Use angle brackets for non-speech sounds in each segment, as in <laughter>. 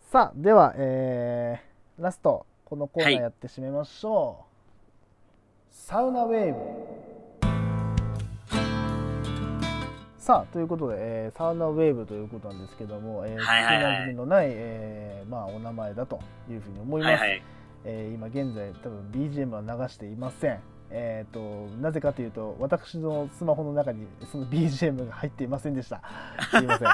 さあでは、えーラストこのコーナーやって締めましょう、サウナウェーブさあということで、えーサウナウェーブということなんですけども、えー、はいはいは聞き馴い染みのない、えーまあ、お名前だというふうに思います、はいはい。えー今現在多分 BGM は流していませんえー、となぜかというと私のスマホの中にその BGM が入っていませんでしたすいま <laughs> せん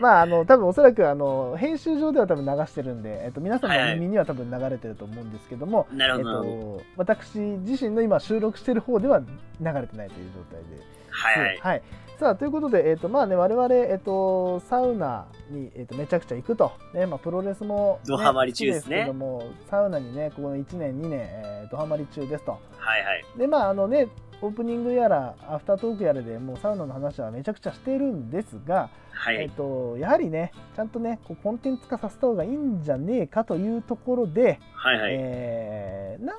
まああの多分おそらくあの編集上では多分流してるんで、えっと皆さんはいはのい耳には多分流れてると思うんですけども、なるほど。えっと、私自身の今収録してる方では流れてないという状態ではいはい。はい、さあということで、えーとまあね、我々、えー、とサウナに、えー、とめちゃくちゃ行くと、ねまあ、プロレスも、ドハマり中ですね好きけどもサウナにねここの1年2年、えードハマり中ですとはいはい。でまああのねオープニングやらアフタートークやらでもうサウナの話はめちゃくちゃしてるんですが、はいはえー、い。とやはりねちゃんとねこうコンテンツ化させた方がいいんじゃねえかというところで、はいはい。えー何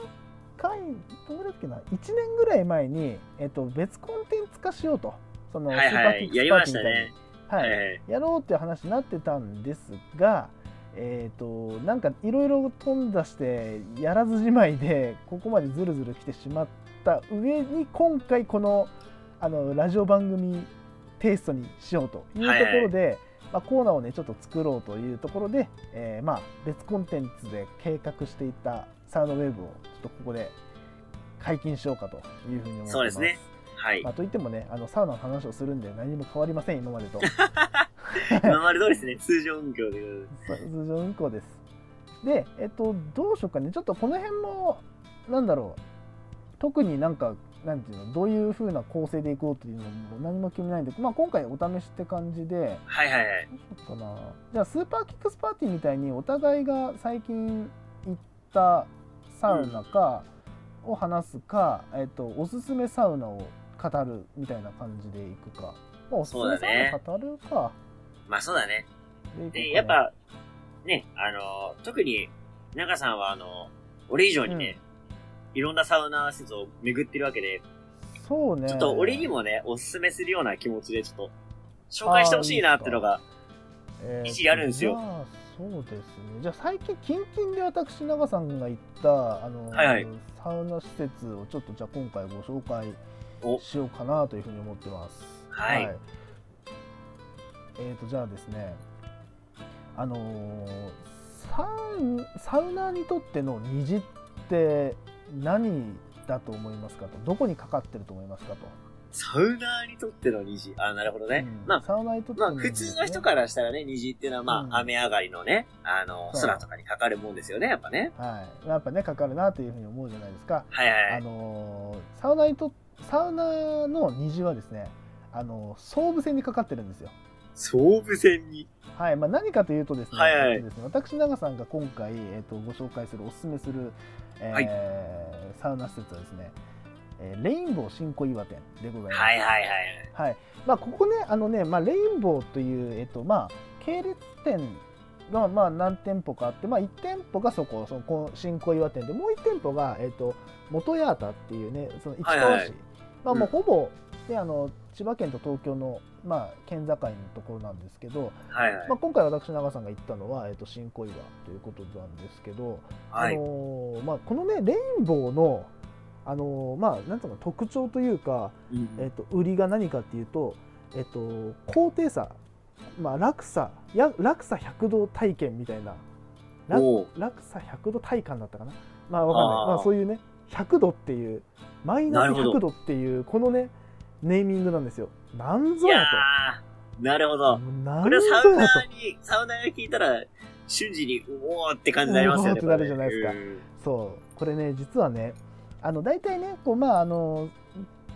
回どうだっけな1年ぐらい前に、えっと、別コンテンツ化しようとそのはいはいスーパーキックやスりパーまティしーみたたいにね、ははいいはい。やろうっていう話になってたんですがえっ、となんかいろいろ飛んだしてやらずじまいでここまでずるずる来てしまった上に今回このあのラジオ番組テイストにしようというところで、まあ、コーナーをねちょっと作ろうというところで、えーまあ、別コンテンツで計画していたサウンドウェーブをちょっとここで解禁しようかというふうに思ってます。そうですねはいま。あ、といってもねあのサウナの話をするんで何も変わりません今までと。今まで通りですね。通常運行でございます。そう通常運行です。で、えっと、どうしようかね、ちょっとこの辺も、なんだろう、特になんか、なんていうの、どういうふうな構成でいこうというのも何も決めないんで、まあ、今回お試しって感じで、はいはいはい。どうしようかな。じゃあ、スーパーキックスパーティーみたいに、お互いが最近行ったサウナか、を話すか、えっと、おすすめサウナを語るみたいな感じでいくか。まあ、おすすめサウナ語るか。まあそうだね。でいこうかなで、やっ、ぱ、ね、あの、特に、中さんはあの、俺以上にね、いろんなサウナ施設を巡ってるわけで、そうね。ちょっと俺にもね、おすすめするような気持ちで、ちょっと、紹介してほしいなってのが、えー一時あるんですよじゃあそうですね。じゃあ最近近々で私長さんが行ったあの、はいはいサウナ施設をちょっとじゃあ今回ご紹介おしようかなというふうに思ってます。はいえっ、とじゃあですね、あのーサウサウナーにとっての虹って何だと思いますかと、どこにかかってると思いますかと。サウナーにとっての虹。あ、なるほどね。うんまあ、サウナーにとってまのあ、虹普ですね通の人からしたらね、虹っていうのは、まうんあ、雨上がりのね、あの、そう空とかにかかるもんですよね、やっぱね。はい、やっぱねかかるなというふうに思うじゃないですか。はいはいはあい。のーサウナにとサウナの虹はですね、あのー総武線にかかってるんですよ。総武線に。はい、まあ何かというとですね、はいはいえっとですね私長さんが今回えっ、とご紹介するおすすめする、えーはいサウナ施設はですね、えーレインボー新小岩店でございます。はいはいはい。はい、まあここねあのねまあレインボーというえっとまあ系列店がまあ何店舗かあってまあ一店舗がそこそのこう新小岩店でもう一店舗がえっと元八幡っていうねその市川市、はいはいまあもううんほぼ、ねあの千葉県と東京のまあ県境のところなんですけど、はいはいまあ。今回私長さんが行ったのはえっと新小岩ということなんですけど、はあい。のーまあこのねレインボーのあのーまあなんつうの特徴というかうんえっと売りが何かっていうと、えっと高低差、まあ、落差や落差100度体験みたいなラおう落差100度体感だったかなまあわかんないあーまあ、そういうね100度っていうマイナスなるほ100度どっていうこのねネーミングなんですよなんぞいややーなるほとど。なこんれぞはサウナやーに、サウナーが聞いたら、瞬時に、おーって感じになりますうおよね。ーってなるじゃないですかこれねとそうこれね実はねあの大体ねこうまああの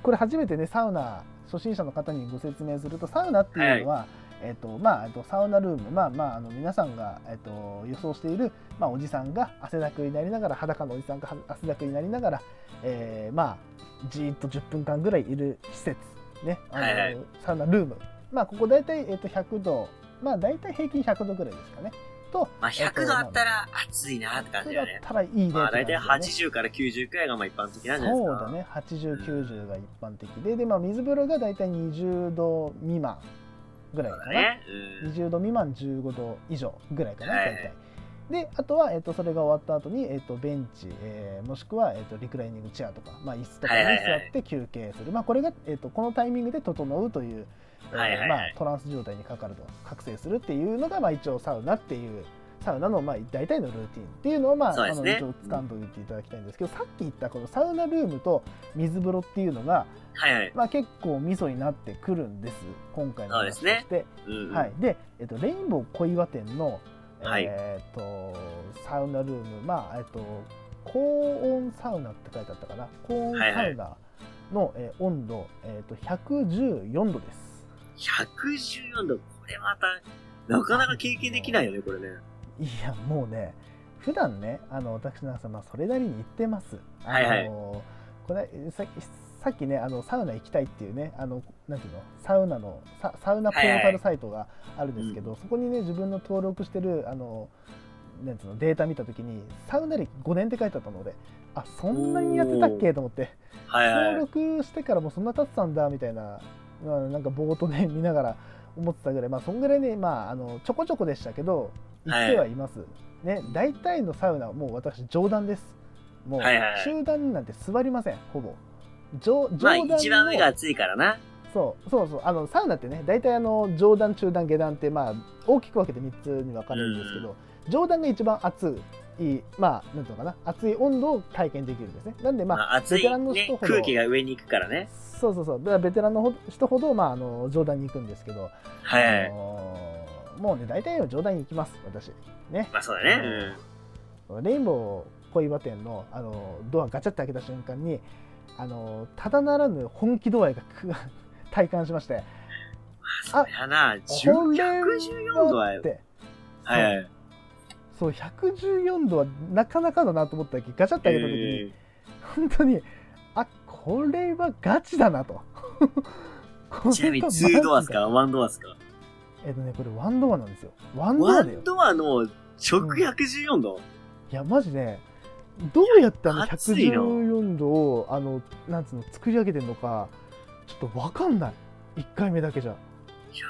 これ初めてねサウナ初心者の方にご説明するとサウナっていうのは、えっとまあ、えっとサウナルーム、まあまあ、あの皆さんが、えっと予想している、まあ、おじさんが汗だくになりながら裸のおじさんがは汗だくになりながら、えーまあ、じーっと10分間ぐらいいる施設、ねあのはいはいサウナルーム、まあ、ここ大体、えっと100度、まあ、大体平均100度ぐらいですかね。とまあ、100度あったら暑いなって感じだ100よ度。あねったらいいねってまあ、感大じだ体よね80から90くらいがまあ一般的なんじゃないですそうか。だね8090が一般的でで、まあ、水風呂が大体20度未満ぐらいそうかだな、ね。うん。 20度未満15度以上ぐらいかなはい大体であとは、えっとそれが終わった後に、えっとベンチ、えーもしくは、えっとリクライニングチェアとか、まあ、椅子とかにはいはい座はいって休憩する、まあ、これが、えっとこのタイミングで整うという、えーはいはいはいまあ、トランス状態にかかると覚醒するっていうのが、まあ、一応サウナっていうサウナの、まあ、大体のルーティンっていうのを、まあそうあですのね一応掴んでおいていただきたいんですけど、さっき言ったこのサウナルームと水風呂っていうのが、はいはい。まあ、結構ミソになってくるんです今回の話として。そうですうん。はい。、で、えっと、レインボー小岩店の、はいえっとサウナルーム、まあえっと、高温サウナって書いてあったかな高温サウナの、えー温度、えっと114度です。 114度。これまた、なかなか経験できないよね、これね。いやもうね普段ねあの私の朝、まあ、それなりに行ってます。あのはいはいこれさっきさっきねあのサウナ行きたいっていうねあのなんていうのサウナのササウナポータルサイトがあるんですけど、そこにね自分の登録してるあのなんつうのデータ見た時にサウナ歴5年って書いてあったのであそんなにやってたっけと思ってはいはい。登録してからもうそんな経ってたんだみたいな、まあ、なんかボートで見ながら思ってたぐらいまあそんぐらいね、まあ、あのちょこちょこでしたけど行ってはいます、ね大体のサウナはもう私上段ですもうはいはい集団なんて座りませんほぼ上上まあ、段の一番上が暑いからな。そうそうそうあのサウナってね大体あの上段中段下段って、まあ、大きく分けて3つに分かれるんですけど、上段が一番熱いまあなんていうのかな熱い温度を体験できるんですねなんでままああ、暑ベい、テランの人ね、ほど空気が上に行くからね。そうそうそうだからベテランのほ人ほど、まあ、あの上段に行くんですけど、はいはあい。のーもうね大体は上段に行きます私ねまあ、そうだね。うん。レインボー小岩店の、あのドアガチャって開けた瞬間に、あのただならぬ本気度合いがく <laughs> 体感しましてまあ、そりゃな、10 114度はっ、てはいはい。そう114度はなかなかだなと思った時ガチャって開けた時に、う本ん当にあこれはガチだなとちなみに2ドアっす <laughs> これかは1ドアっすかマジでえっとねこれワンドアなんですよワンドアだよ ?1 ドアの直114度、いやマジねどうやってあの暑いな114度をあのなんつうの作り上げてるのかちょっとわかんない1回目だけじゃいや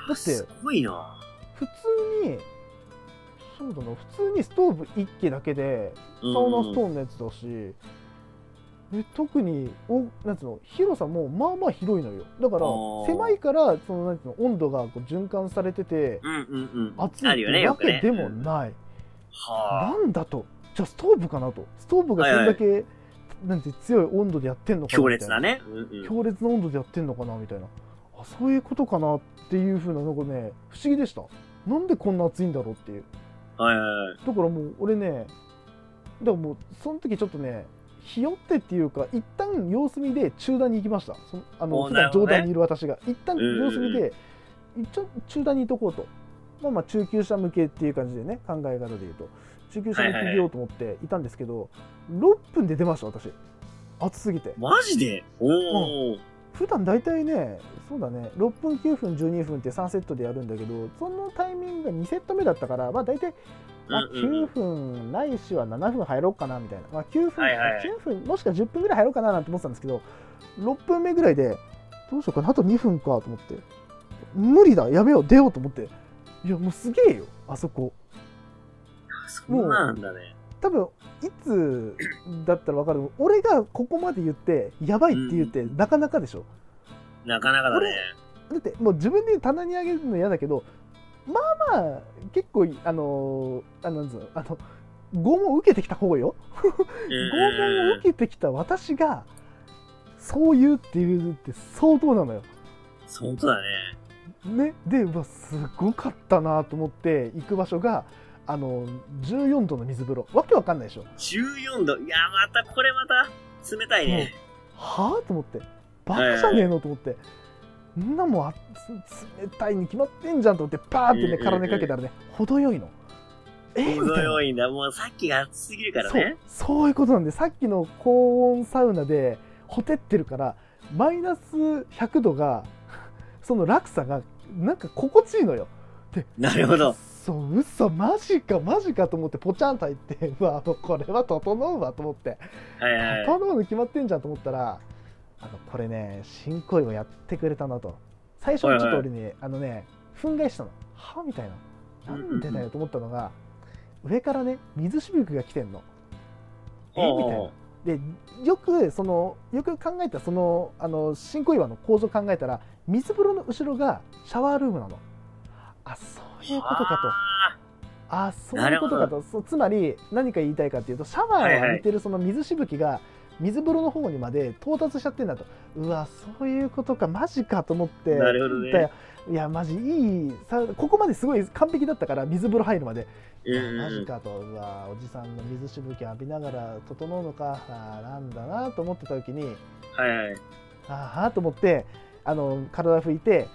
だってすごいな。普通にそうだな普通にストーブ1機だけでうんサウナストーンのやつだし、で特におなんつうの広さもまあまあ広いのよだからあー狭いからそのなんつうの温度がこう循環されててうんうんうん。暑いあっるてよね、いうよわくねけ。でもうんない、なはあ。んだとじゃあストーブかなとストーブがそれだけ、なんて強い温度でやってんのかな強みた烈いだなね。うんうん。強烈な温度でやってんのかなみたいなあそういうことかなっていうふうななんかね不思議でしたなんでこんな暑いんだろうっていうはいはいはい。だからもう俺ねだからもうその時ちょっとねひよってっていうか一旦様子見で中段に行きましたそのあのおー普な段る上ほどね段にいる私が一旦うんうん様うん子見で一応中段にいとこうとまあまあ中級者向けっていう感じでね考え方で言うと中級者向けに出ようと思っていたんですけど、6分で出ました私暑すぎてマジでおお、普段大体ねそうだね6分9分12分って3セットでやるんだけどそのタイミングが2セット目だったからまあ大体まあ、うんうんうん9分ないしは7分入ろうかなみたいな、まあ、9分、はいはいはい9分もしくは10分ぐらい入ろうかななんて思ってたんですけど6分目ぐらいでどうしようかなあと2分かと思って無理だやめよう出ようと思っていやもうすげえよあそこそんなんだね。多分いつだったら分かる俺がここまで言ってやばいって言って、うんなかなかでしょなかなかだね。だってもう自分で棚に上げるの嫌だけどまあまあ結構あのーあなんつうのあの拷問を受けてきた方よ拷拷問を受けてきた私がそう言うっていうって相当なのよ。そうだね。ね、でうわすごかったなと思って行く場所があの14度の水風呂わけわかんないでしょ。 14度。いや、また、これまた、冷たいね。はあと思ってバカじゃねえのと思って。んなもんあつ冷たいに決まってんじゃんと思ってパーってねうんうんうん絡めかけたらね程よいの。えーみたい程なよいんだ。もうさっきが暑すぎるからね。そうそういうことなんでさっきの高温サウナでほてってるからマイナス100度が <laughs> その落差がなんか心地いいのよなるほど。そう嘘マジかマジかと思ってポチャンと入ってうわもうこれは整うわと思ってはいはいはい。整うの決まってんじゃんと思ったらあのこれね新恋をやってくれたなと最初にちょっと俺ね、あのね憤慨したのはみたいななんでだよと思ったのが上からね水しぶきが来てんのえみたいなでよくそのよく考えたそのあの新小岩の構造考えたら水風呂の後ろがシャワールームなのあそういうことかとあそういうことかなとそうつまり何か言いたいかっていうとシャワーを浴びてるその水しぶきが水風呂の方にまで到達しちゃってんだとうわそういうことかマジかと思ってなるほどねだよいやマジいいさここまですごい完璧だったから水風呂入るまでうんうんマジかとうわおじさんの水しぶき浴びながら整うのかあーなんだなと思ってた時にはいはい。ああと思ってあの体拭いて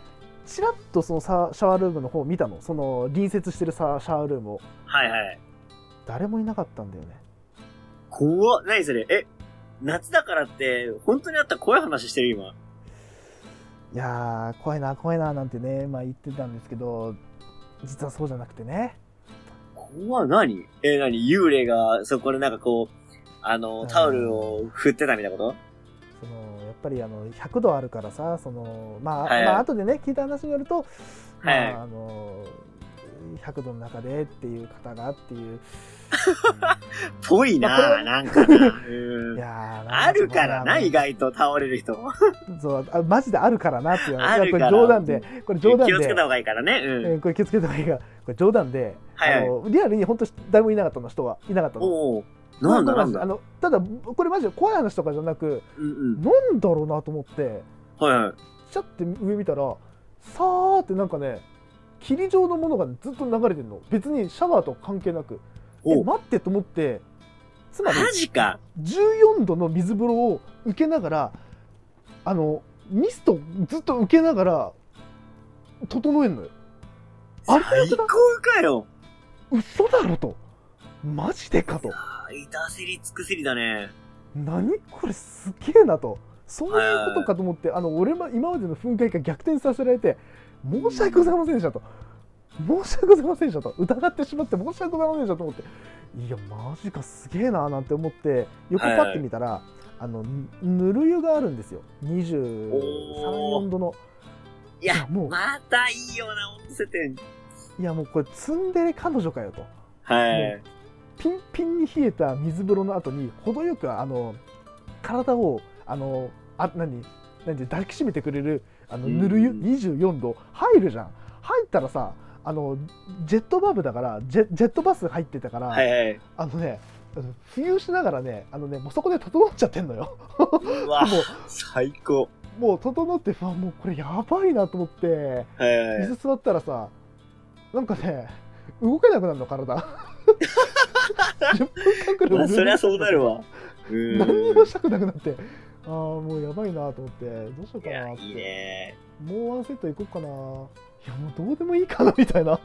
ちらっとそのさシャワールームの方を見たのその隣接してるさシャワールームをはいはい。誰もいなかったんだよね怖っ。何それえ、夏だからって、本当にあった怖い話してる今。いやー怖いな怖いななんてね、まあ、言ってたんですけど実はそうじゃなくてね怖い何え、何幽霊が、そこでなんかこう、あの、タオルを振ってたみたいなことそのやっぱりあの100度あるからさその、まあはいまあ後でね聞いた話によると、まあはいあの100度の中でっていう方がっていうぽいまあこなれなんかな。うんいうんやーあるからな、なん意外と倒れる人。そうあマジであるからなっていうあるからいやこれ冗談でこれ冗談で気をつけた方がいいからね。う。うんんこれ気をつけた方がいいがこれ冗談で、はいはいあのリアルに本当誰もいなかったの人はいなかったのおお。なんだこれなマんジあだ。のただこれマジで怖い話とかじゃなくうんうん。なんだろうなと思ってはいはい。シャッて上見たらさーってなんかね霧状のものがずっと流れてるの別にシャワーと関係なくえおう待ってと思ってつまりマジか。 14度の水風呂を受けながらあのミストずっと受けながら整えんのよあれ最本当高だかよ。嘘だろとマジでかとあー至せり尽くせりだね。何これすげえなとそういうことかと思ってあの俺も今までの噴火が逆転させられて申し訳ございませんでしたと申し訳ございませんでしたと疑ってしまって申し訳ございませんでしたと思っていやマジかすげえななんて思って横パって見たら、あのぬる湯があるんですよお234度のいや、もうまたいいような温度設定。いやもうこれツンデレ彼女かよとはい。ピンピンに冷えた水風呂の後に程よくあの体をあのあ何何で抱きしめてくれるあのうんぬる湯24度入るじゃん入ったらさあのジェットバブだからジェジェットバス入ってたから、はいはい。あのねあの浮遊しながらねあのねもうそこで整っちゃってんのよ <laughs> うわも、最高。もう整ってうわもうこれやばいなと思ってはいはいはい。水座ったらさなんかね動けなくなるの <laughs> 体10分間くまらあいそりゃそうなるわ。う何にんも。したくなくなってああもうやばいなと思ってどうしよういかや、なっていいね。もうワンセットいこうかないやもうどうでもいいかなみたいな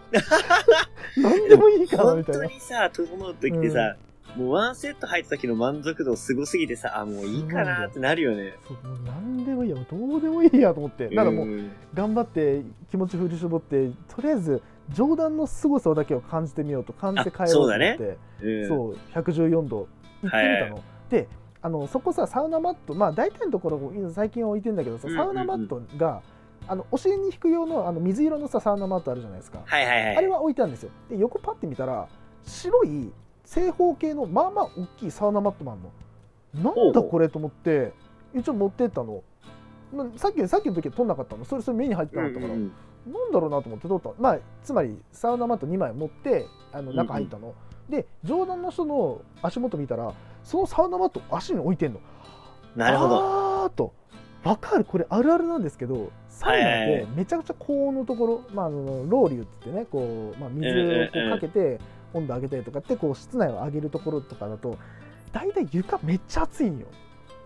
<laughs> 何でもいいかな本みたい当なにさ、整う時ってさ、もうワンセット入った時の満足度すごすぎてさ、あ、もういいかなってなるよね。そうもう何でもいいやもうどうでもいいやと思ってなんかもううん頑張って気持ち振り絞ってとりあえず上段の凄さだけを感じてみようと感じて帰ろうと思っあてそうんそう114度行ってみたの、であのそこさサウナマットまあ大体のところ最近置いてんだけどさうんうんうサんウナマットがあのお尻に引く用のあの水色のさサウナマットあるじゃないですか、はいはいはい。あれは置いてあるんですよで横パッて見たら白い正方形のまあまあ大きいサウナマットもあるのほなうんほだうこれと思って一応持ってったの、まあ、さっきさっきの時は取んなかったのそれそれ目に入ってなかったから、うんうんなんだろうなと思って撮ったのまあつまりサウナマット2枚持ってあの中入ったの、で上段の人の足元見たらそのサウナマット足に置いてんのなるほど。あーとわかるこれあるあるなんですけどサウナっはいはいてめちゃくちゃ高温のところ、まあ、あのロウリュって言ってねこう、まあ、水をこうんうんううんかけて温度上げたりとかってこう室内を上げるところとかだと大体床めっちゃ暑いんよ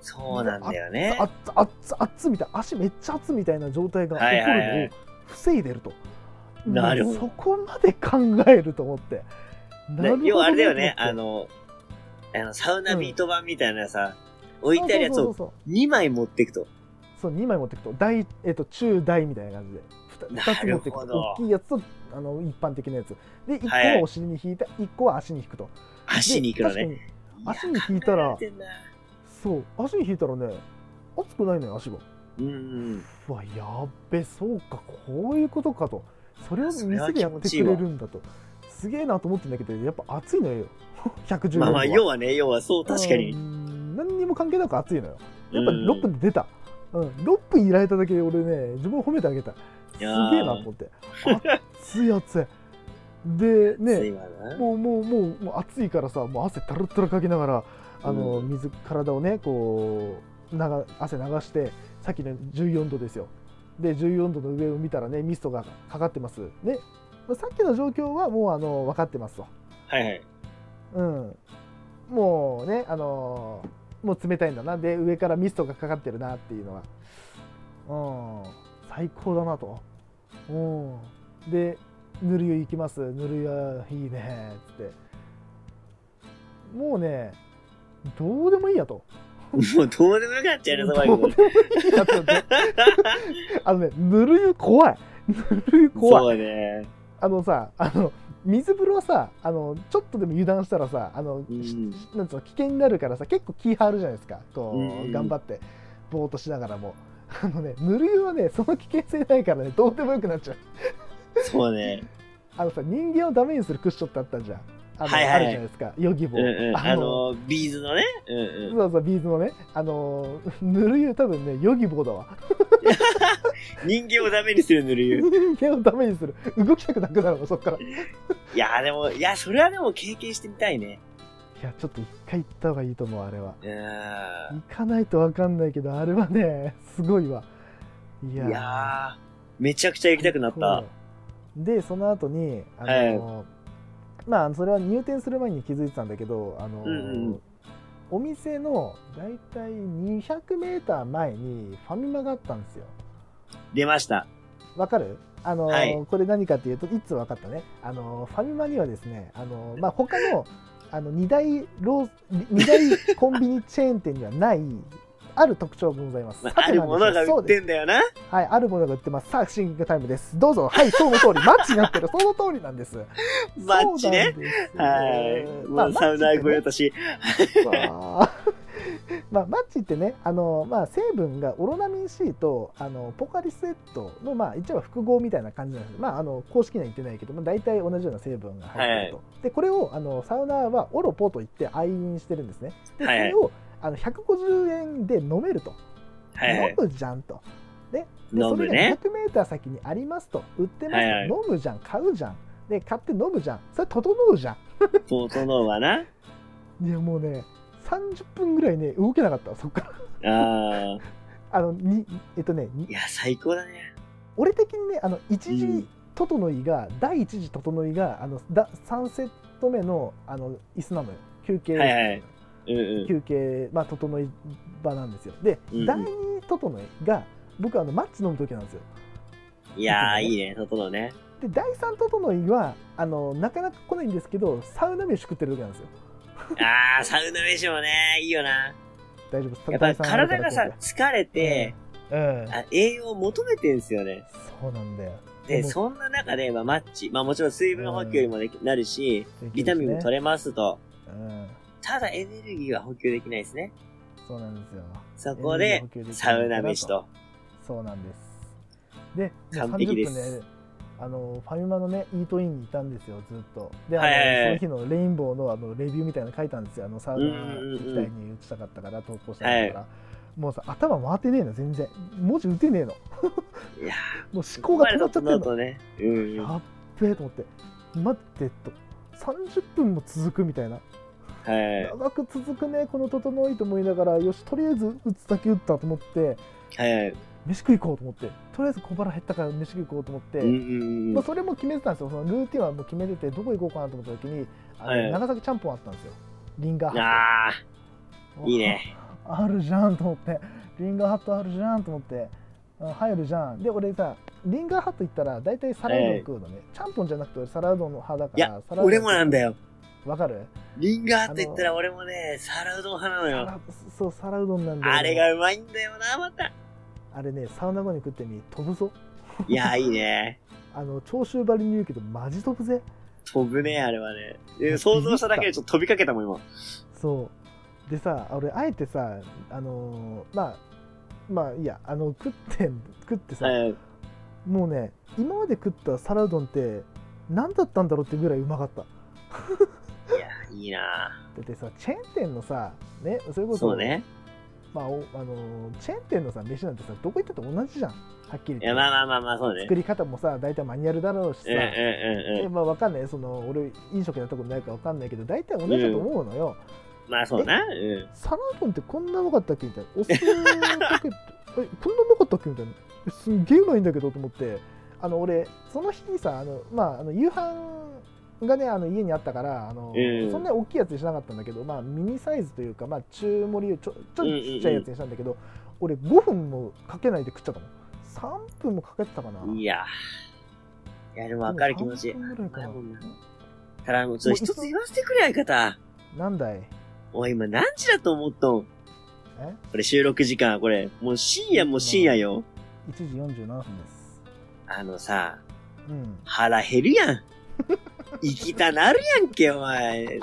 そうなんだよね。あっつあっつあっつみたいな足めっちゃ熱みたいな状態が起こはいはいはるのいを防いでると、なるほどそこまで考えると思ってなねるほどね要はあれだよね、と思ってあの、あの、サウナビート版みたいなさ、置いてあるやつそうをそう2枚持っていくと。そうそうそう2枚持っていくと大、えっと中大みたいな感じで 2, つ持っていなるほくとど大きいやつとあの一般的なやつで1個はいはお尻に引いて1個は足に引くと足に行くのでね。確かに足に引いたらや考えてんなそう足に引いたらね熱くないのよ足がうんうん。うわやっべそうかこういうことかとそれを店でやってくれるんだとすげえなと思ってんだけどやっぱ暑いのよ114まあまあ、要ははね、要はそう、確かうに。ん何にも関係なく暑いのよやっぱうん6分で出た、うん、6分いられただけで俺ね自分を褒めてあげたすいげえやなーと思って暑い暑いで <laughs> 暑ねいわなもうもうもうもう暑いからさもう汗だらだらかきながらあの、うん水体をねこう流汗流してさっきの14度ですよで14度の上を見たらねミストがかかってますねまあさっきの状況はもうあの分かってますとはいはい。うん、もうね、あのーもう冷たいんだなで上からミストがかかってるなっていうのは、うん、最高だなと、うん、でぬる湯行きますぬる湯はいいねっつってもうねどうでもいいやともう、どうでもよくなっちゃうね、そばどうでもいいやと思って <laughs> あのねぬる湯怖い <laughs> ぬる湯怖いそうね。あのさあの水風呂はさあのちょっとでも油断したらさあの、うんしなんつうの危険になるからさ結構気張るじゃないですかこう、うん頑張ってぼーっとしながらもあのねぬる湯はねその危険性ないからねどうでもよくなっちゃうそうね。あのさ人間をダメにするクッションってあったじゃんあの、はいはいはいあるじゃないですかヨギボうんうん。あの、ビーズのね。うんうん。そうそうビーズのねあのぬる湯多分ねヨギボーだわ人間をダメにするぬる湯。人間をダメにする動きたくなくなるのそっからいいやーでも、いや、それはでも経験してみたいね。やちょっと一回行った方がいいと思うあれはうん。いや行かないとわかんないけどあれはね <laughs> すごいわいやーー、めちゃくちゃ行きたくなった。そうでその後にあの、まあそれは入店する前に気づいてたんだけどあの、うんうんうんお店のだいたい 200m 前にファミマがあったんですよ出ました。わかるあの、はいこれ何かっていうといつ分かったねあのファミマにはですねあの、まあ、他のあの2大ロー二大コンビニチェーン店にはないある特徴がございます。まあ、さあてるなんもでしょのうがそ売うっですてんだよな。はい、あるものが売ってます。さあ、シンキングタイムです。どうぞ。はい、その通り。マッチになってる。その通りなんです。マッチね。そうなんはでいす。もうサウナーマごッ用達。チってねわあ <laughs> まあ、マッチってね、あの、まあ、成分がオロナミン C と、あの、ポカリスエットの、まあ、一応は複合みたいな感じなんです。まあ、あの、公式には言ってないけど、まあ、大体同じような成分が入ってると。で、これを、あの、サウナーはオロポと言って愛飲してるんですね。で、そはいはいれを、あの、150円で飲めると。はいはい飲。むじゃんと。ね、で飲そむれがね 100m 先にありますと売ってますと、はいはい飲むじゃん買うじゃんで買って飲むじゃんそれ整うじゃ整うわな。んいやもうね30分ぐらいね動けなかったわそっからああ。あのにえっとねにいや、最高だね。俺的にねあの一う時ん整いが、第一次整いがあのだ3セット目のあの椅子なのよ休憩、はいはいうんうん。休憩まあ整い場なんですよで、うんうん第2整いが僕あのマッチ飲む時なんですよいやー、いいね、整うね。で第3整いはあのなかなか来ないんですけどサウナ飯食ってる時なんですよあー、サウナ飯もね、いいよな。大丈夫やっぱ第三ある体からがさ、疲れて、うん、あ栄養を求めてんすよね。そうなんだよで、うんそんな中で、まあ、マッチ。まあ、もちろん水分補給にもできなるし、ビタミンも取れれますと。うんただ、エネルギーは補給できないですね。そうなんですよそこエネルギーで補給でき、ないサウナ飯と。そうなんですでもう完璧です30分ねあのファミマのねイートインにいたんですよずっとであの、はいはいはいその日のレインボーのあのレビューみたいなの書いたんですよあのサウナ行きたいに打ちたかったから投稿したかったから、もうさ頭回ってねえの全然文字打てねえのいや <laughs> もう思考が止まっちゃってんここまで整うのとね。うん。やは。っべえと思って待ってと30分も続くみたいない長く続くねこの整いと思いながらよしとりあえず打つだけ打ったと思ってはい。飯食い行こうと思ってとりあえず小腹減ったから飯食い行こうと思って、うんうんうまあ、ん。それも決めてたんですよそのルーティンはもう決めててどこ行こうかなと思った時にあの、はい長崎ちゃんぽんあったんですよリンガーハあッー、トいいね。あるじゃんと思ってリンガーハットあるじゃんと思ってあ入るじゃんで俺さリンガーハット行ったら大体皿うどん食うのね、ちゃんぽんじゃなくて俺皿うどんの派だかいやら皿うど俺もなんだよ。わかるリンガーって言ったら俺もね、皿うどん派なのよ。皿そう皿うどんなんだよあれがうまいんだよな、また。あれねサウナ後に食ってみ飛ぶぞいや、いいね。あの長州張りに言うけどマジ飛ぶぜ飛ぶね、あれはね。え想像しただけでちょっと飛びかけたもん、今。そうでさ俺あえてさあのーまあまあいいやあの食って食ってさ、はい。もうね今まで食った皿うどんって何だったんだろうってぐらいうまかっただいいなってさチェーン店のさねそれこぁ。そそうね。まあ、おあのーチェーン店のさ飯なんてさどこ行ったって同じじゃんはっきり言っいてや、まあまあまあまあ、そうね作。り方もさ大体マニュアルだろうしさ、うんうんうんえうん。まあわかんないその俺飲食やったことないからわかんないけど大体同じだと思うのよ、まあそうな。うん。サラうどんってこんなうまかったっけみたいなお酢かけて <laughs> えこんなうまかったっけみたいなえすんげえうまいんだけどと思ってあの俺その日にさあの、まあ、あの夕飯がねあの家にあったからあの、うんそんなに大きいやつにしなかったんだけど、まあ、ミニサイズというか、まあ、中盛りをちょちょっとちっちゃいやつにしたんだけど、俺5分もかけないで食っちゃったの3分もかけてたかないや。いや、でもわかる気持ちで。も3分ぐらいかただ、もうちょっと一つ言わせてくれ、相方。ななんだいおい、今何時だと思っとんえこれ収録時間、これ。もう深夜も深夜よ。 1時47分ですあのさ、うん腹減るやん。生きたなるやんけ、お前。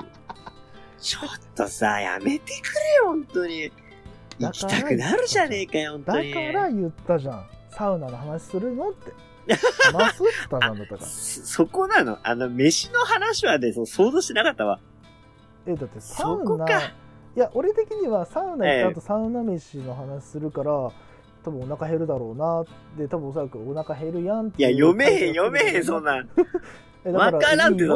ちょっとさ、やめてくれよ、本当に。だ行かきらたくなるじゃねえかよ、本だ当かに。ら言ったじゃん。サウナの話するの <laughs> って。話すってなんだったから。そそこなのあの、飯の話はね、そう想像してなかったわ。え、だってサそウこナ、か。いや、俺的にはサウナ行ったえ後サウナ飯の話するから、多分お腹減るだろうなで多分おそらくお腹減るやんっていや、う読めへん、感読じがすめるへん、そんなん。えだからわからんっていいよ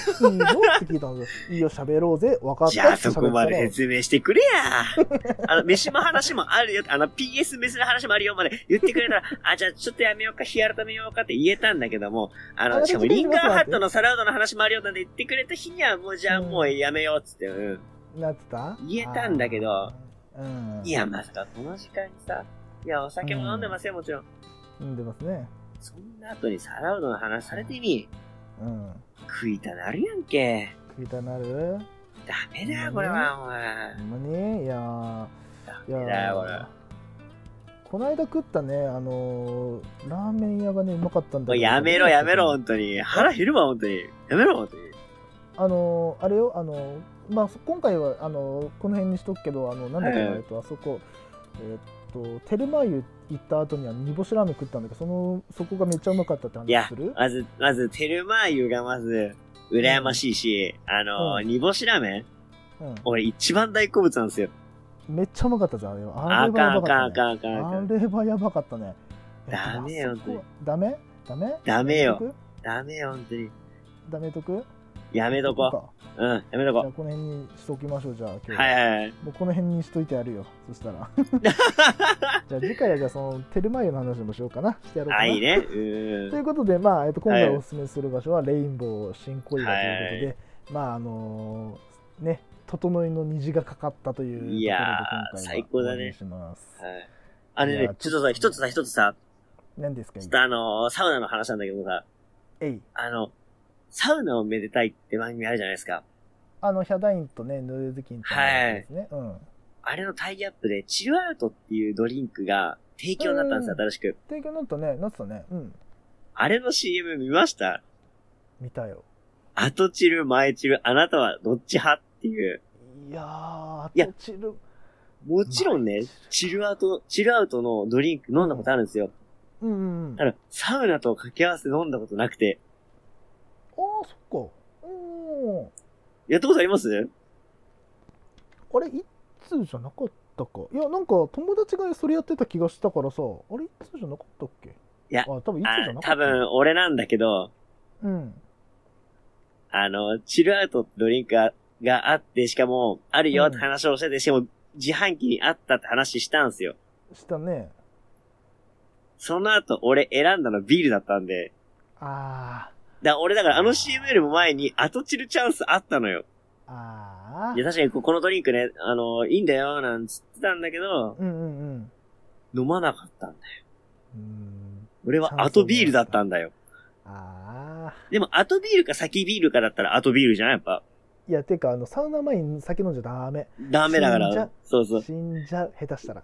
そんなっていいよって聞いたんですよいいよ喋ろうぜ分かったじゃあって喋そったこらまで説明してくれや。 <laughs> あの、飯も話もあるよ。あの、PS 飯の話もあるよまで言ってくれたら、 <laughs> あ、じゃあちょっとやめようか、日改めようかって言えたんだけども、ああの、しかもリンガーハットのサラウドの話もあるよなんて言ってくれた日には、もうじゃあもうやめようっつって、うなってた言えたんだけどあーうんん。いや、まさかこの時間にさ、いや、お酒も飲んでますよ、もちろん。飲んでますねそんな後にサラウドの話されてみ、うん食いたなるやんけ。食いたなるダメだよ、これは、お前ほ。んまにいやーいやダメだよ、これ。この間食ったねあのーラーメン屋がねうまかったんだもうけどやめろ、やめろ、本当に。腹減るわ、本当に。やめろ、本当に。あのーあれよあのーまあそ今回はあのーこの辺にしとくけどあのなんだっけなはいえっとあそこえっとテルマ湯行った後には煮干しラーメン食ったんだけどそのそこがめっちゃうまかったってい話やする、まず、まず、テルマーユがまず、羨ましいし、あの、うん煮干しラーメンう俺一番大好物なんですよ。ん、めっちゃうまかったじゃんあれはああれかはんやあばかんかあった、ね、かんあかんあかん。あれはやばかったねダメえっよとあそこダメダメダメよやめとくダメよ、本当に。ダメとくやめとこかう。うん、やめとじゃこあこの辺にしときましょうじゃあ今日う。ははいはいはい。もうこの辺にしといてやるよそしたらじゃあ次回はじゃあそのテルマ湯の話もしようかなしてやろうかなあ、いいね。うといーん。うことで、まあえっと、今回はいおすすめする場所はレインボー新小岩ということで、はまああのーね整いの虹がかかったというところでい今やー回は最高だねお願いしますはいあのいやね、ちょっとさ、一つさ、一つさ、何ですかちょっとあの、サウナの話なんだけどさ、えいあの、サウナをめでたいって番組あるじゃないですか。あのヒャダインとねヌーズキンとのやつですね、うんあれのタイアップで、チルアウトっていうドリンクが提供になったんですよ、うん新しく。提供になったねなってたねうんあれの CM 見ました見たよ後チル、前チル、あなたはどっち派っていう。いやーいやとちるもちろんね前チ、チルアウト、チルアウトのドリンク飲んだことあるんですよ。うんうんうんただ、サウナと掛け合わせて飲んだことなくて。ああ、そっか。うん。やったことありますあれ、いつじゃなかったか。いや、なんか友達がそれやってた気がしたからさ、あれ、いつじゃなかったっけいやあ、多分いつじゃあなかっ、た。多分、俺なんだけど、うん。あの、チルアウトってドリンクががあって、しかも、あるよってうん話をしてて、しかも、自販機にあったって話したんですよ。したね。その後、俺選んだのビールだったんで。あだから俺だからあの CM よりも前に、後チルチャンスあったのよ。あ、ああいや、。確かにここのドリンクね、あの、いいんだよ、なんつってたんだけど、うんうんうん。飲まなかったんだよ。うん。俺は後ビールだったんだよ。ああ。でも、後ビールか先ビールかだったら後ビールじゃんやっぱ。いや、てか、あの、サウナ前に酒飲んじゃダメ。ダメだか死んじゃらう。そうそう。死んじゃう、下手したら。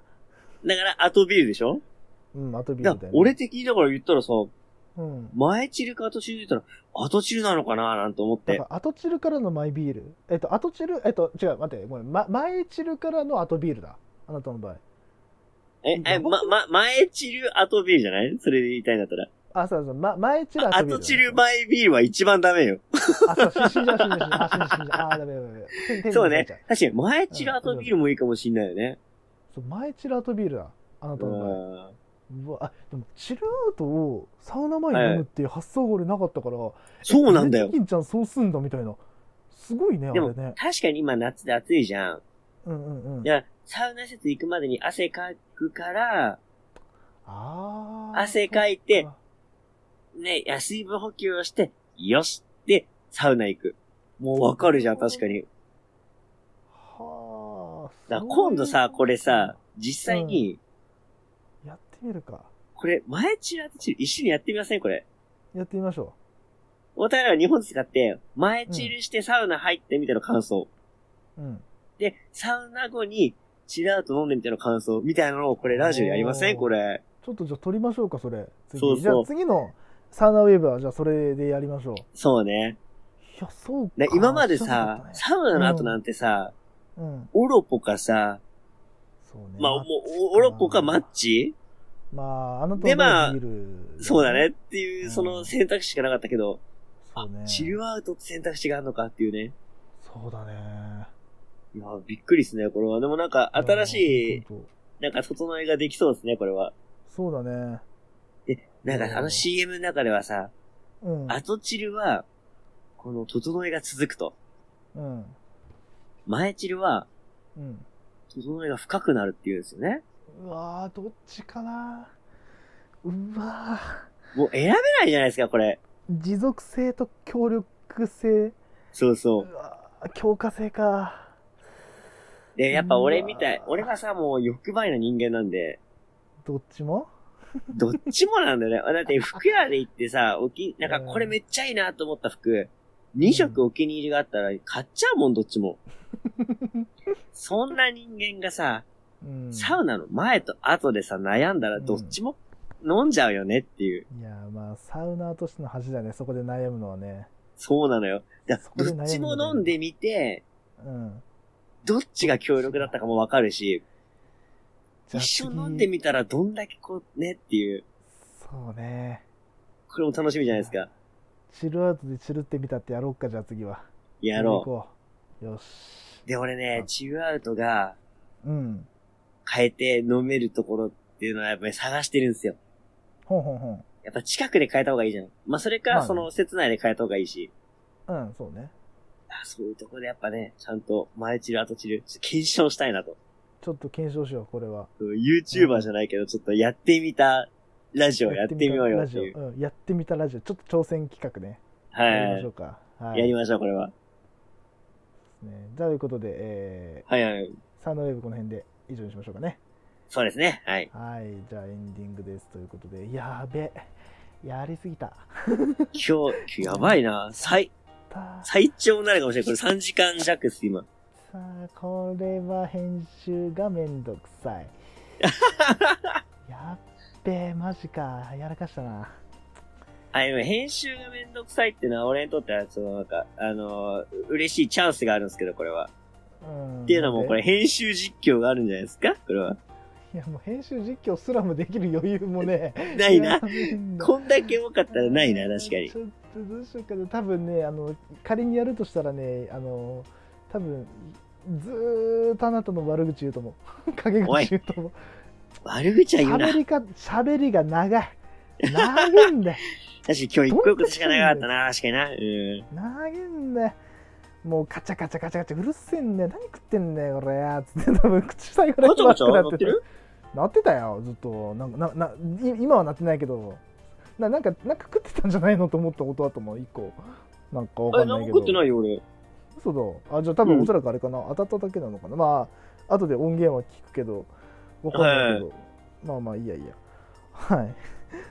だから、後ビールでしょうん、後ビーだルだよ、ね。俺的にだから言ったらさ、うん。前チルか後チルで言ったら、後チルなのかななんて思っだてか。ら後チルからのマイビールえっと後チルえっと違う待ってごめん、ま、前チルからの後ビールだあなたの場合え、え、ま、ま、前チル後ビールじゃないそれで言いたいんだったら。あ、そうそう、ま、前チラあ後チル前ビールは一番ダメよ。あ、そう、死んじゃう、死んじゃう、死んじゃうあ、死んじゃう、死んじゃう、あ、ダメダメダメ手に。手にそ入うれねちゃ。確かに、前チル後ビールもいいかもしんないよね。そう前チルアウトビールだ。あなたうの場合。ん。うわ、あ、でも、チルアウトをサウナ前に飲むっていう発想が俺なかったから、そうなんだよキ。ンちゃんそうすんだみたいな。すごいね、あれでもね。確かに今夏で暑いじゃん。うんうんうんい。や、サウナ施設行くまでに汗かくから、あー汗かいて、ね、いや水分補給をして、よしで、サウナ行く。もうわかるじゃん、確かに。はあ。だから今度さ、これさ、、実際に、やってみるか。これ、前チラとチル一緒にやってみませんこれ。やってみましょお互いは日本使って、前チルしてサウナ入ってみたいな感想。う。うん。で、サウナ後に、チラウと飲んでみたいな感想。みたいなのを、これラジオやりませおんーこれ。ちょっとじゃあ撮りましょうか、それ。次そうそうじゃあ次のサウナウェーブは、じゃあそれでやりましょう。いそうね。や、そうかね。今まで知らなさか、ったねサウナの後なんてさ、うん。オロポかさ、そうね。まあ、もう、おオロポかマッチまあ、あなたでまあビールそうだね。っていうう、んその選択肢しかなかったけど、そうねあ、。チルアウトって選択肢があるのかっていうね。そうだね。いや、びっくりですね、これは。でもなんか、新しい、うん。本なんか、整えができそうですね、これは。当そうだね。なんか、あうのん CM の中ではさ、うん。後チルは、この、整えが続くと。うん。前チルは、うん。整えが深くなるっていうんですよね。うわー、どっちかな。うわー。もう選べないじゃないですか、これ。持続性と協力性。そうそうう。わー、強化性か。で、やっぱ俺みたういわ、俺がさ、もう欲張りな人間なんで、どっちもどっちもなんだよね。だ <laughs> って服屋で行ってさ、おき、なんかこれめっちゃいいなと思った服、2色お気に入りがあったら買っちゃうもん、どっち <laughs> も。そんな人間がさ、うん。サウナの前と後でさ、悩んだらどっちも飲んじゃうよねっていう。いやーまあ、サウナーとしての恥だよね、そこで悩むのはね。そうなのよ。だそこで悩んどでっちも飲んでみて、うん。どっちが強力だったかもわかるし、じゃあ一緒に飲んで次みたらどんだけこうねっていう、そうね。これも楽しみじゃないですか。チルアウトでチルってみたってやろうか、じゃあ次は。やろう。う。よし。で、俺ねう、んチルアウトが、うん。変えて飲めるところっていうのはやっぱり探してるんですよ。ほんほんほん。やっぱ近くで変えた方がいいじゃん。まあ、それまあか、ねその、施設内で変えた方がいいし。うん、そうね。あそういうところでやっぱね、ちゃんと前チル後チル、ちょっと検証したいなと。ちょっと検証しよう、これは。うん YouTuber じゃないけど、ちょっとやってみたラジオやってみようよラってジオいう。うん、やってみたラジオ。ちょっと挑戦企画ね。やりましょは。うか。はいやりましょう、これは。すね。じゃあ、ということで、えはいはい。ー、サウナウェーブこの辺で以上にしましょうかね。そうですね。はい。はい。じゃあ、エンディングです。ということで、やーべ。やりすぎた。今日、やばいな。最、たさ最長になるかもしれない。これ3時間弱っす、今。あ、これは編集がめんどく <laughs> さい。やっべ、マジか。やらかしたな。あ、でも編集がめんどくさいっていうのは、俺にとっては、その、なんか、あのー嬉しいチャンスがあるんですけど、これは。うん。っていうのはもうこなんでれ編集実況があるんじゃないですかこれは。いやもう編集実況すらもできる余裕もねないなや。べえだこんだけ多かったらないな、確かにち。ょっとどうしようかな多分ねあの仮にやるとしたらねあの多分ずーっとあなたの悪口言うと思う <laughs> 陰口言うと思う悪口は言う喋な。確かりか喋りが <laughs> 長い長いんだよに今日一個一個しかなかったな、確かにな。うん。長いんだよもうカチャカチャカチャカチャうるせえんだよ何食ってんだよこれつって多分口最後だごちけゃごちゃななっっててたるなってたよずっとなんかなない今はなってないけどななんかなんか食ってたんじゃないのと思ったことあともう一個なんかわかえ、んな何いもけ食どってないよ、俺。嘘だあじゃあ多分うんおそらくあれかな、当たっただけなのかなまあ後で音源は聞くけどわかんないけど、まあまあいいやいいやはい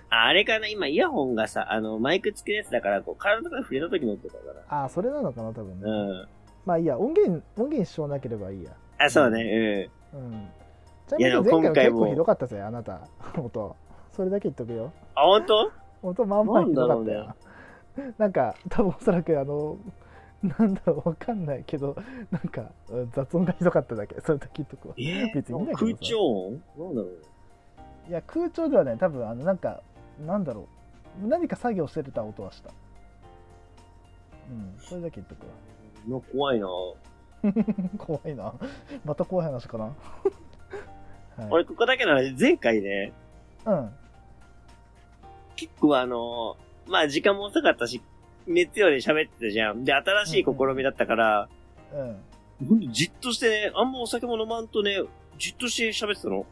ああれかな、今イヤホンがさ、あの、マイク付きのやつだから、こう、体とかに触れた時の音とかかあそれなのかな多分ね、な。うん。まあいいや音源音源支障なければいいやあ、そうね、うんちないやでみもに前今回回は結も構ひどかったぜあなた <laughs> 音それだけ言っとくようん。あ、本当音まんまひどかったよ <laughs> ななんか多分おそらくあのなんだろうわかんないけどなんかうん雑音がひどかっただけそれだけ言っとくわえ別にいいんだけどさ空調音なんだろう。いや空調ではね多分あのなんかなんだろう何か作業してた音はしたうんそれだけ言っとくわの怖いな、 <laughs> 怖いなまた怖い話かな、 <laughs> はい、俺ここだけの話、前回ね、うん結構あのーまあ時間も遅かったし、熱量で喋ってたじゃん。で、新しい試みだったから、うんほんとじっとしてね、あんまお酒も飲まんとね、じっとして喋ってたの。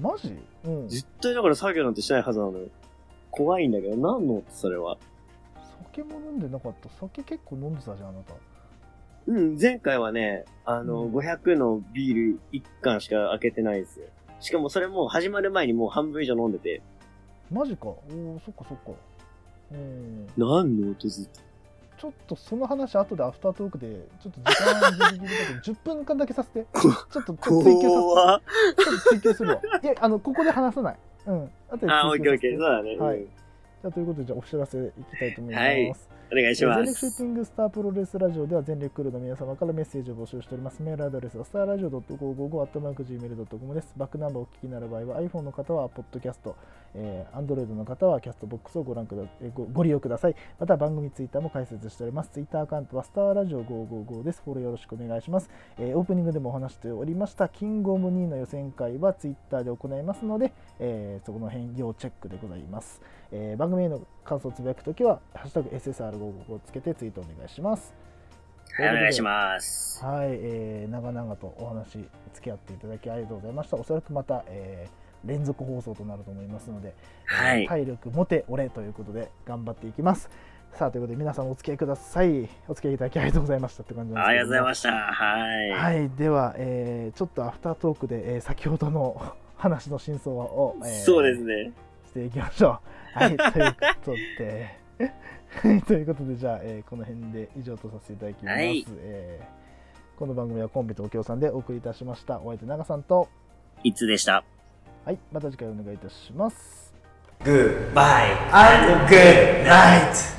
マジうん絶対だから作業なんてしないはずなのよ。怖いんだけど、何のってそれは。酒も飲んでなかった酒結構飲んでたじゃんあなたうん、前回はね、あの、うん500のビール1缶しか開けてないですよ。しかもそれも始まる前にもう半分以上飲んでて、マジかおおそっかそっかうん何の音ずっと。ちょっとその話後でアフタートークでちょっと時間ギリギリだけど <laughs> 10分間だけさせてちょっとちょっと追求さ怖っせてちょっと追求するわいやあのここで話さないうん後で追求させて <laughs> あ、オッケーオッケー、そうだね。はいうんじゃあということでじゃあお知らせいきたいと思います、はいお願いし全ま力シューすテ。ィングスタープロレスラジオでは全力クルーの皆様からメッセージを募集しております。メールアドレスはスターラジオ .555-gmail.com です。バックナンバーをお聞きになる場合は iPhone の方はポッドキャスト、えー、Android の方はキャストボックスをご覧くだ、えーごご利用ください。また番組ツイッターも開設しております。ツイッターアカウントはスターラジオ555です。フォローよろしくお願いします。えーオープニングでもお話しておりました、キングオブニーの予選会はツイッターで行いますので、えーそこの辺要チェックでございます。えー番組への感想をつぶやくときは「ハッシュタグ #SSR55」をつけてツイートお願いします。はい、お願いします。はい、えー長々とお話付き合っていただきありがとうございました。おそらくまた、えー連続放送となると思いますので、はえーい。体力持て俺ということで頑張っていきます。さあということで皆さんお付き合いください。お付き合いいただきありがとうございましたって感じなんですありがとうございすました。はい。はい、では、えーちょっとアフタートークで、えー先ほどの話の真相を、えーそうですね。していきましょ <laughs> う。はい、ということで、 <laughs> はいということで、じゃあ、えーこの辺で以上とさせていただきます。はいえーこの番組はコンビとお京さんでお送りいたしました。お相手長さんと、いつでした。はい、また次回お願いいたします。 Goodbye and good night.